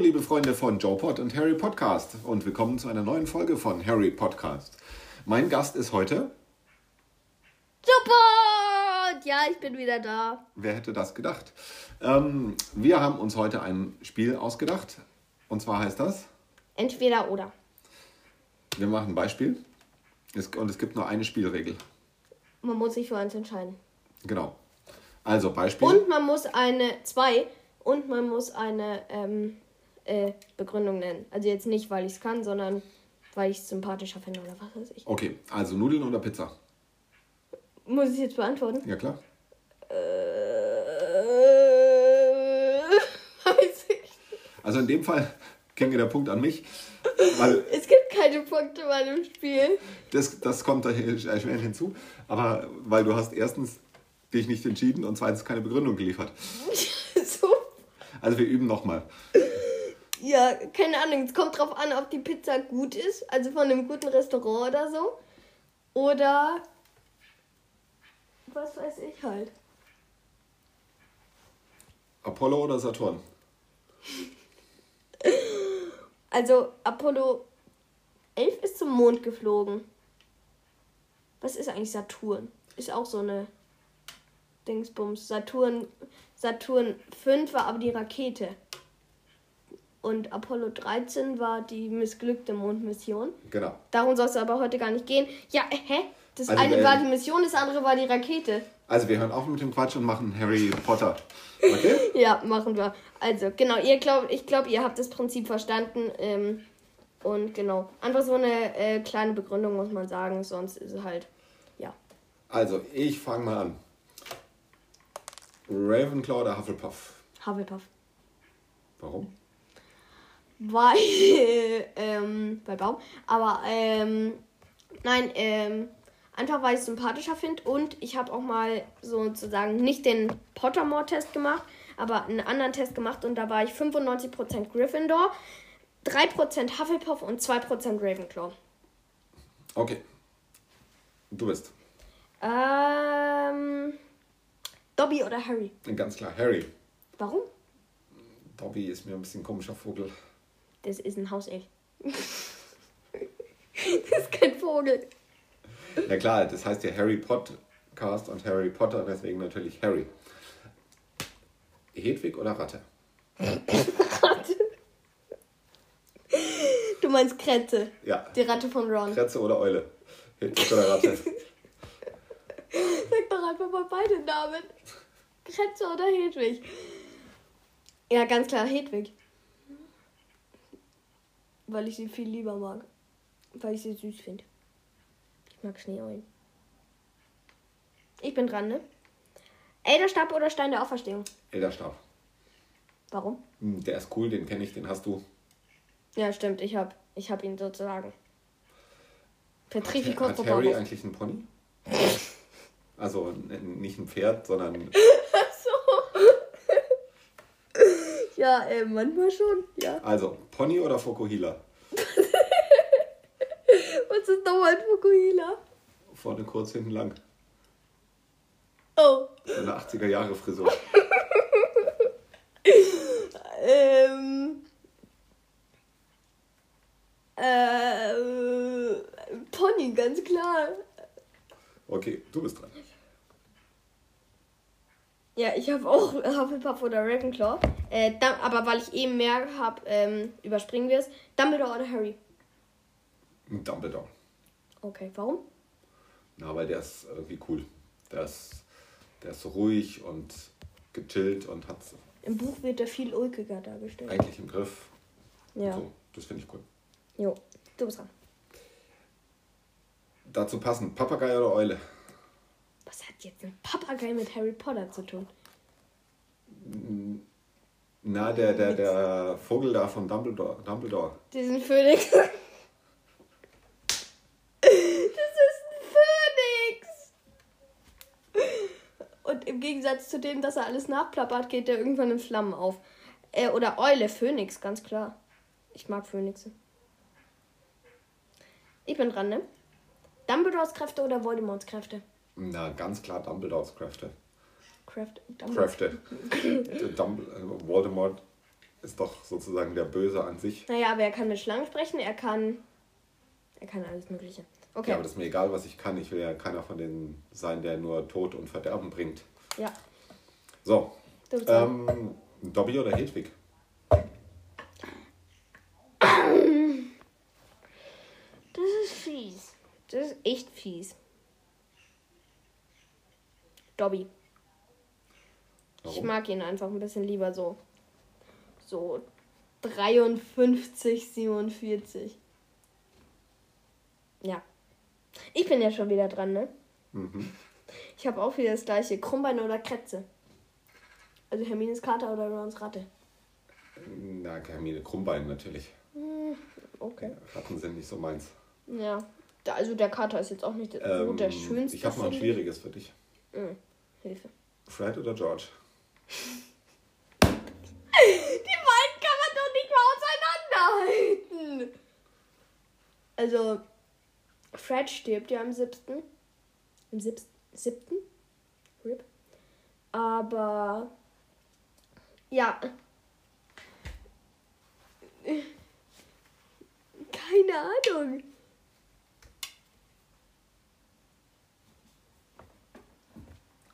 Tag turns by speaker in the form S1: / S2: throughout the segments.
S1: liebe Freunde von Joe Pod und Harry Podcast und willkommen zu einer neuen Folge von Harry Podcast. Mein Gast ist heute,
S2: Super! Und Ja, ich bin wieder da.
S1: wer hätte das gedacht? Ähm, wir haben uns heute ein Spiel ausgedacht und zwar heißt das,
S2: Entweder oder.
S1: wir machen ein Beispiel es, und es gibt nur eine Spielregel.
S2: Man muss sich für eins entscheiden.
S1: Genau. Also Beispiel.
S2: Und man muss eine, zwei, und man muss eine ähm, äh, Begründung nennen. Also jetzt nicht, weil ich es kann, sondern weil ich es sympathischer finde oder was weiß ich.
S1: Okay, also Nudeln oder Pizza?
S2: Muss ich jetzt beantworten?
S1: Ja klar.
S2: Äh, weiß ich.
S1: Also in dem Fall käme der Punkt an mich, weil
S2: Es gibt keine Punkte bei dem Spiel.
S1: Das, das kommt da erschwerend hinzu. Aber weil du hast erstens dich nicht entschieden und zweitens keine Begründung geliefert.
S2: so.
S1: Also wir üben nochmal.
S2: Ja, keine Ahnung. Es kommt drauf an, ob die Pizza gut ist, also von einem guten Restaurant oder so. Oder was weiß ich halt.
S1: Apollo oder Saturn?
S2: Also Apollo 11 ist zum Mond geflogen. Was ist eigentlich Saturn? Ist auch so eine Dingsbums. Saturn, Saturn 5 war aber die Rakete. Und Apollo 13 war die missglückte Mondmission.
S1: Genau.
S2: Darum soll es aber heute gar nicht gehen. Ja, hä? Das
S1: Also,
S2: eine
S1: ähm,
S2: war die Mission, das andere war die Rakete.
S1: Also wir hören auf mit dem Quatsch und machen Harry Potter. Okay?
S2: Ja, machen wir. Also, genau, ihr glaubt, ich glaube, ihr habt das Prinzip verstanden. Ähm, und genau, einfach so eine äh, kleine Begründung muss man sagen, sonst ist es halt, ja.
S1: Also ich fange mal an. Ravenclaw oder Hufflepuff?
S2: Hufflepuff.
S1: Warum?
S2: Weil, ähm, bei Baum. Aber, ähm, nein, ähm, einfach weil ich es sympathischer finde. Und ich habe auch mal sozusagen nicht den Pottermore-Test gemacht, aber einen anderen Test gemacht. Und da war ich 95% Gryffindor, 3% Hufflepuff und 2% Ravenclaw.
S1: Okay. Du bist.
S2: Ähm, Dobby oder Harry?
S1: Ganz klar, Harry.
S2: Warum?
S1: Dobby ist mir ein bisschen komischer Vogel.
S2: Das ist ein Hauself. das ist kein Vogel.
S1: Ja klar, das heißt ja Harry Podcast und Harry Potter, deswegen natürlich Harry. Hedwig oder Ratte?
S2: Du meinst Kretze.
S1: Ja.
S2: Die Ratte von Ron.
S1: Kretze oder Eule? Hedwig oder Ratte?
S2: Sag doch einfach mal beide Namen. Kretze oder Hedwig? Ja, ganz klar Hedwig. Weil ich sie viel lieber mag. Weil ich sie süß finde. Ich mag Schneeeulen. Ich bin dran, ne? Elderstab oder Stein der Auferstehung?
S1: Elderstab.
S2: Warum?
S1: Hm, Der ist cool, den kenne ich, den hast du.
S2: Ja, stimmt, ich hab, ich hab ihn sozusagen. Petrificus
S1: Hat Harry
S2: Robotus.
S1: eigentlich einen Pony? Also n- nicht ein Pferd, sondern
S2: Ja, äh, manchmal schon, ja.
S1: also Pony oder Fokuhila?
S2: Was ist nochmal ein Fukuhila?
S1: Vorne kurz, hinten lang.
S2: Oh,
S1: So Eine 80er Jahre Frisur.
S2: ähm. Äh, Pony, ganz klar.
S1: Okay, du bist dran.
S2: Ja, ich habe auch Hufflepuff oder Ravenclaw. Äh, Dum- aber weil ich eben mehr hab, ähm, überspringen wir es. Dumbledore oder Harry?
S1: Dumbledore.
S2: Okay, warum?
S1: Na, weil der ist irgendwie cool. Der ist, der ist so ruhig und gechillt und hat es
S2: Im Buch wird er viel ulkiger dargestellt.
S1: eigentlich im Griff.
S2: Ja.
S1: So, das finde ich cool.
S2: Jo, du bist dran.
S1: Dazu passen, Papagei oder Eule?
S2: Was hat jetzt ein Papagei mit Harry Potter zu tun?
S1: Na, der, der, der Vogel da von Dumbledore. Dumbledore.
S2: Diesen Phönix. das ist ein Phönix. Und im Gegensatz zu dem, dass er alles nachplappert, geht der irgendwann in Flammen auf. Äh, oder Eule, Phönix, ganz klar. Ich mag Phönixe. Ich bin dran, ne? Dumbledores Kräfte oder Voldemorts Kräfte?
S1: Na, ganz klar Dumbledores Kräfte.
S2: Kräfte. Dumbledore.
S1: Kräfte. Dumbledore, äh, Voldemort ist doch sozusagen der Böse an sich.
S2: Naja, aber er kann mit Schlangen sprechen, er kann. Er kann alles Mögliche. Okay.
S1: Ja, aber das ist mir egal, was ich kann. Ich will ja keiner von denen sein, der nur Tod und Verderben bringt.
S2: ja.
S1: So.
S2: Du bist dran.
S1: Ähm, Dobby oder Hedwig?
S2: Das ist fies. Das ist echt fies. Dobby. Ich
S1: Warum?
S2: mag ihn einfach ein bisschen lieber so. So 53, 47. Ja. Ich bin ja schon wieder dran, ne?
S1: Mhm.
S2: Ich habe auch wieder das gleiche. Krummbein oder Kretze? Also Hermines Kater oder Rons Ratte?
S1: Na, Hermine Krummbein natürlich.
S2: Okay.
S1: Ratten sind nicht so meins.
S2: Ja. Da, also der Kater ist jetzt auch nicht so der schönste.
S1: Ähm, ich habe mal ein
S2: finde ich.
S1: schwieriges für dich.
S2: Hilfe.
S1: Fred oder George?
S2: Die beiden kann man doch nicht mal auseinanderhalten. Also, Fred stirbt ja am 7. Am 7. Rip. Aber. Ja. Keine Ahnung.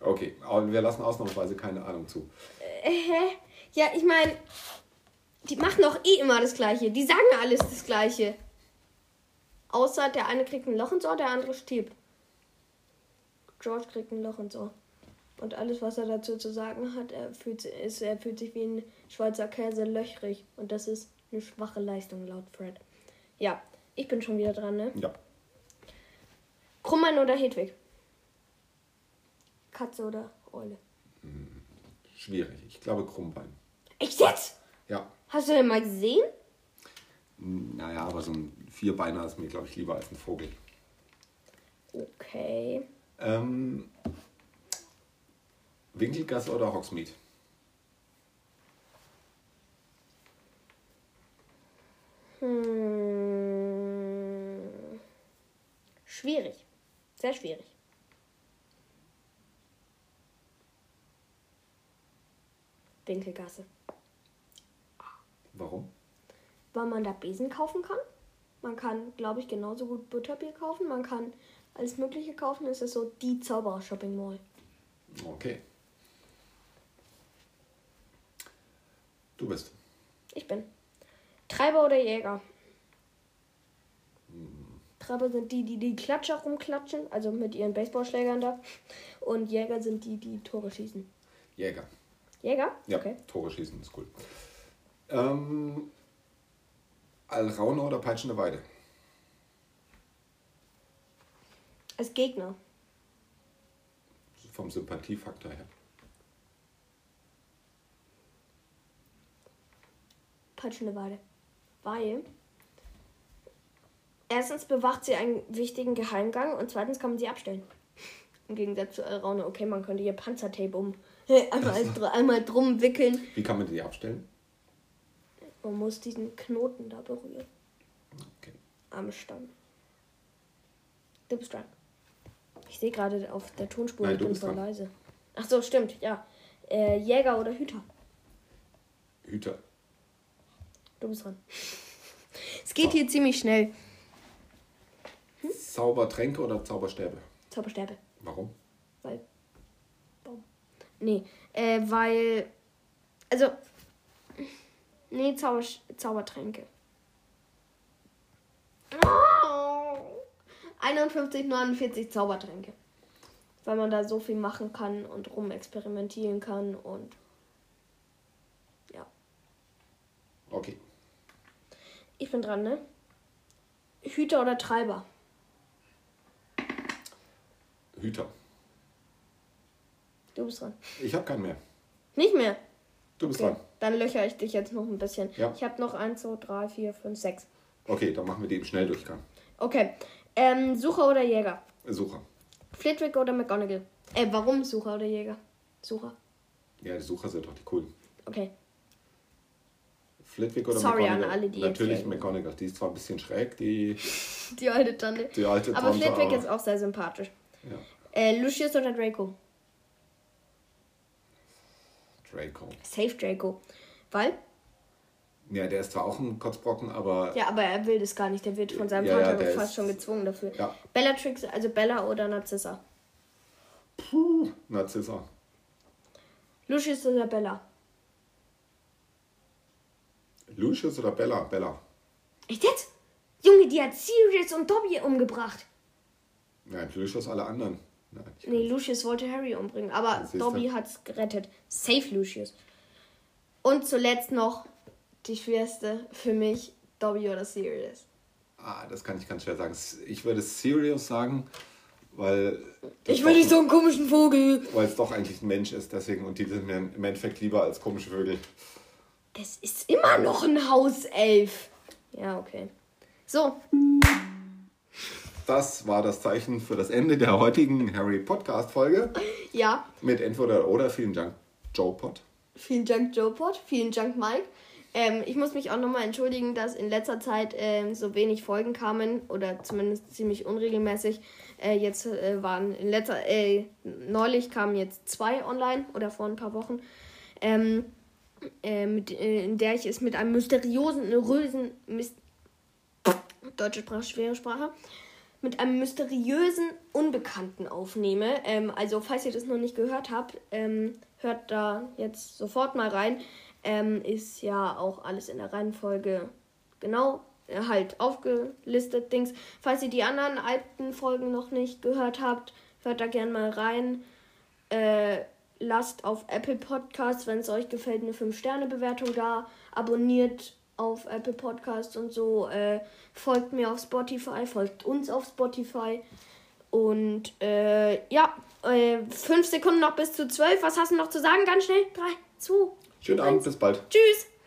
S1: Okay, aber wir lassen ausnahmsweise keine Ahnung zu.
S2: Hä? Ja, ich meine, die machen doch eh immer das Gleiche. Die sagen alles das Gleiche. Außer der eine kriegt ein Loch ins Ohr, der andere stirbt. George kriegt ein Loch ins Ohr. Und alles, was er dazu zu sagen hat, er fühlt, si- ist, er fühlt sich wie ein Schweizer Käse löchrig. Und das ist eine schwache Leistung, laut Fred. Ja, ich bin schon wieder dran, ne?
S1: Ja,
S2: Krummmann oder Hedwig? Katze oder Eule?
S1: schwierig. Ich glaube Krummbein.
S2: Echt jetzt?
S1: Ja.
S2: Hast du den mal gesehen?
S1: Naja, aber so ein Vierbeiner ist mir, glaube ich, lieber als ein Vogel.
S2: Okay.
S1: Ähm, Winkelgasse oder Hogsmeade?
S2: Hm. Schwierig. Sehr schwierig. Winkelgasse.
S1: Warum?
S2: Weil man da Besen kaufen kann. Man kann, glaube ich, genauso gut Butterbier kaufen. Man kann alles Mögliche kaufen. Es ist so die Zauberer-Shopping Mall.
S1: Okay. Du bist.
S2: Ich bin. Treiber oder Jäger? Treiber sind die, die die Klatscher rumklatschen, also mit ihren Baseballschlägern da. Und Jäger sind die, die Tore schießen.
S1: Jäger.
S2: Jäger?
S1: Ja,
S2: Okay.
S1: Tore schießen ist cool. Ähm, Alraune oder Peitschende Weide?
S2: Als Gegner.
S1: Vom Sympathiefaktor her.
S2: Patschende Weide. Weil. Erstens bewacht sie einen wichtigen Geheimgang und zweitens kann man sie abstellen. Im Gegensatz zu Elraune. Okay, man könnte hier Panzertape um. Einmal, dr- einmal drum wickeln.
S1: Wie kann man die abstellen?
S2: Man muss diesen Knoten da berühren.
S1: Okay.
S2: am Stamm. Du bist dran. Ich sehe gerade auf der Tonspur,
S1: Nein,
S2: ich
S1: du
S2: bin
S1: bist
S2: voll
S1: dran.
S2: leise. Ach so, stimmt, ja. Äh, Jäger oder Hüter?
S1: Hüter.
S2: Du bist dran. Es geht hier ziemlich schnell.
S1: Zaubertränke oder Zauberstäbe?
S2: Zauberstäbe.
S1: Warum?
S2: Weil. Baum. Nee, äh, weil. Also. Nee, Zauber, Zaubertränke. Oh. 51, 49 Zaubertränke. Weil man da so viel machen kann und rumexperimentieren kann und. Ja.
S1: Okay.
S2: Ich bin dran, ne? Hüter oder Treiber?
S1: Hüter.
S2: Du bist dran.
S1: Ich habe keinen mehr.
S2: Nicht mehr.
S1: Du bist
S2: Okay,
S1: dran.
S2: dann löcher ich dich jetzt noch ein bisschen.
S1: Ja.
S2: Ich habe noch 1, 2, 3, 4, 5, 6.
S1: Okay, dann machen wir die im Schnelldurchgang.
S2: Okay. Ähm, Sucher oder Jäger?
S1: Sucher.
S2: Flitwick oder McGonagall? Äh, warum Sucher oder Jäger? Sucher.
S1: Ja, die Sucher sind doch die coolen.
S2: Okay.
S1: Flitwick oder
S2: Sorry
S1: McGonagall?
S2: an alle, die jetzt
S1: Natürlich
S2: hier-
S1: McGonagall. Die ist zwar ein bisschen schräg, die,
S2: Die alte Tante.
S1: die alte
S2: Aber
S1: Tante,
S2: Flitwick
S1: aber-
S2: ist auch sehr sympathisch.
S1: Ja.
S2: Äh, Lucius oder Draco?
S1: Draco.
S2: Safe Draco. Weil
S1: Ja, der ist zwar auch ein Kotzbrocken, aber
S2: Ja, aber er will das gar nicht. Der wird von seinem
S1: Ja, ja,
S2: Vater
S1: der
S2: fast
S1: ist-
S2: schon gezwungen dafür.
S1: Ja.
S2: Bellatrix, also Bella oder Narzissa.
S1: puh, Narzissa.
S2: Lucius oder Bella?
S1: Lucius oder Bella? Bella.
S2: Echt jetzt? Junge, die hat Sirius und Dobby umgebracht.
S1: Nein, Lucius alle anderen. Nein, ich
S2: Nee, Lucius wollte Harry umbringen, aber
S1: Siehste.
S2: Dobby hat's gerettet. Safe Lucius. Und zuletzt noch die schwerste für mich, Dobby oder Sirius.
S1: Ah, das kann ich ganz schwer sagen. Ich würde Sirius sagen, weil. das
S2: Ich will
S1: doch-
S2: nicht so einen komischen Vogel.
S1: Weil es doch eigentlich ein Mensch ist, deswegen. Und die sind mir im Endeffekt lieber als komische Vögel.
S2: Das ist immer noch ein Hauself. Ja, okay. So,
S1: Das war das Zeichen für das Ende der heutigen Harry Podcast-Folge
S2: ja.
S1: mit Entweder oder vielen Dank, Joe Pot.
S2: Vielen Dank, Joepod. Vielen Dank, Mike. Ähm, ich muss mich auch nochmal entschuldigen, dass in letzter Zeit ähm, so wenig Folgen kamen oder zumindest ziemlich unregelmäßig. Äh, jetzt äh, waren in letzter, äh, neulich kamen jetzt zwei online oder vor ein paar Wochen, ähm, äh, mit, äh, in der ich es mit einem mysteriösen, nervösen, mys deutsche Sprache, schwere Sprache, mit einem mysteriösen Unbekannten aufnehme. Ähm, also, falls ihr das noch nicht gehört habt, ähm, hört da jetzt sofort mal rein. Ähm, ist ja auch alles in der Reihenfolge genau äh, halt aufgelistet. Dings. Falls ihr die anderen alten Folgen noch nicht gehört habt, hört da gerne mal rein. Äh, lasst auf Apple Podcasts, wenn es euch gefällt, eine 5-Sterne-Bewertung da. Abonniert auf Apple Podcasts und so. Äh, folgt mir auf Spotify, folgt uns auf Spotify. Und äh, ja, äh, fünf Sekunden noch bis zu zwölf. Was hast du noch zu sagen? Ganz schnell. Drei, zwei.
S1: Schönen Abend, bis bald.
S2: Tschüss.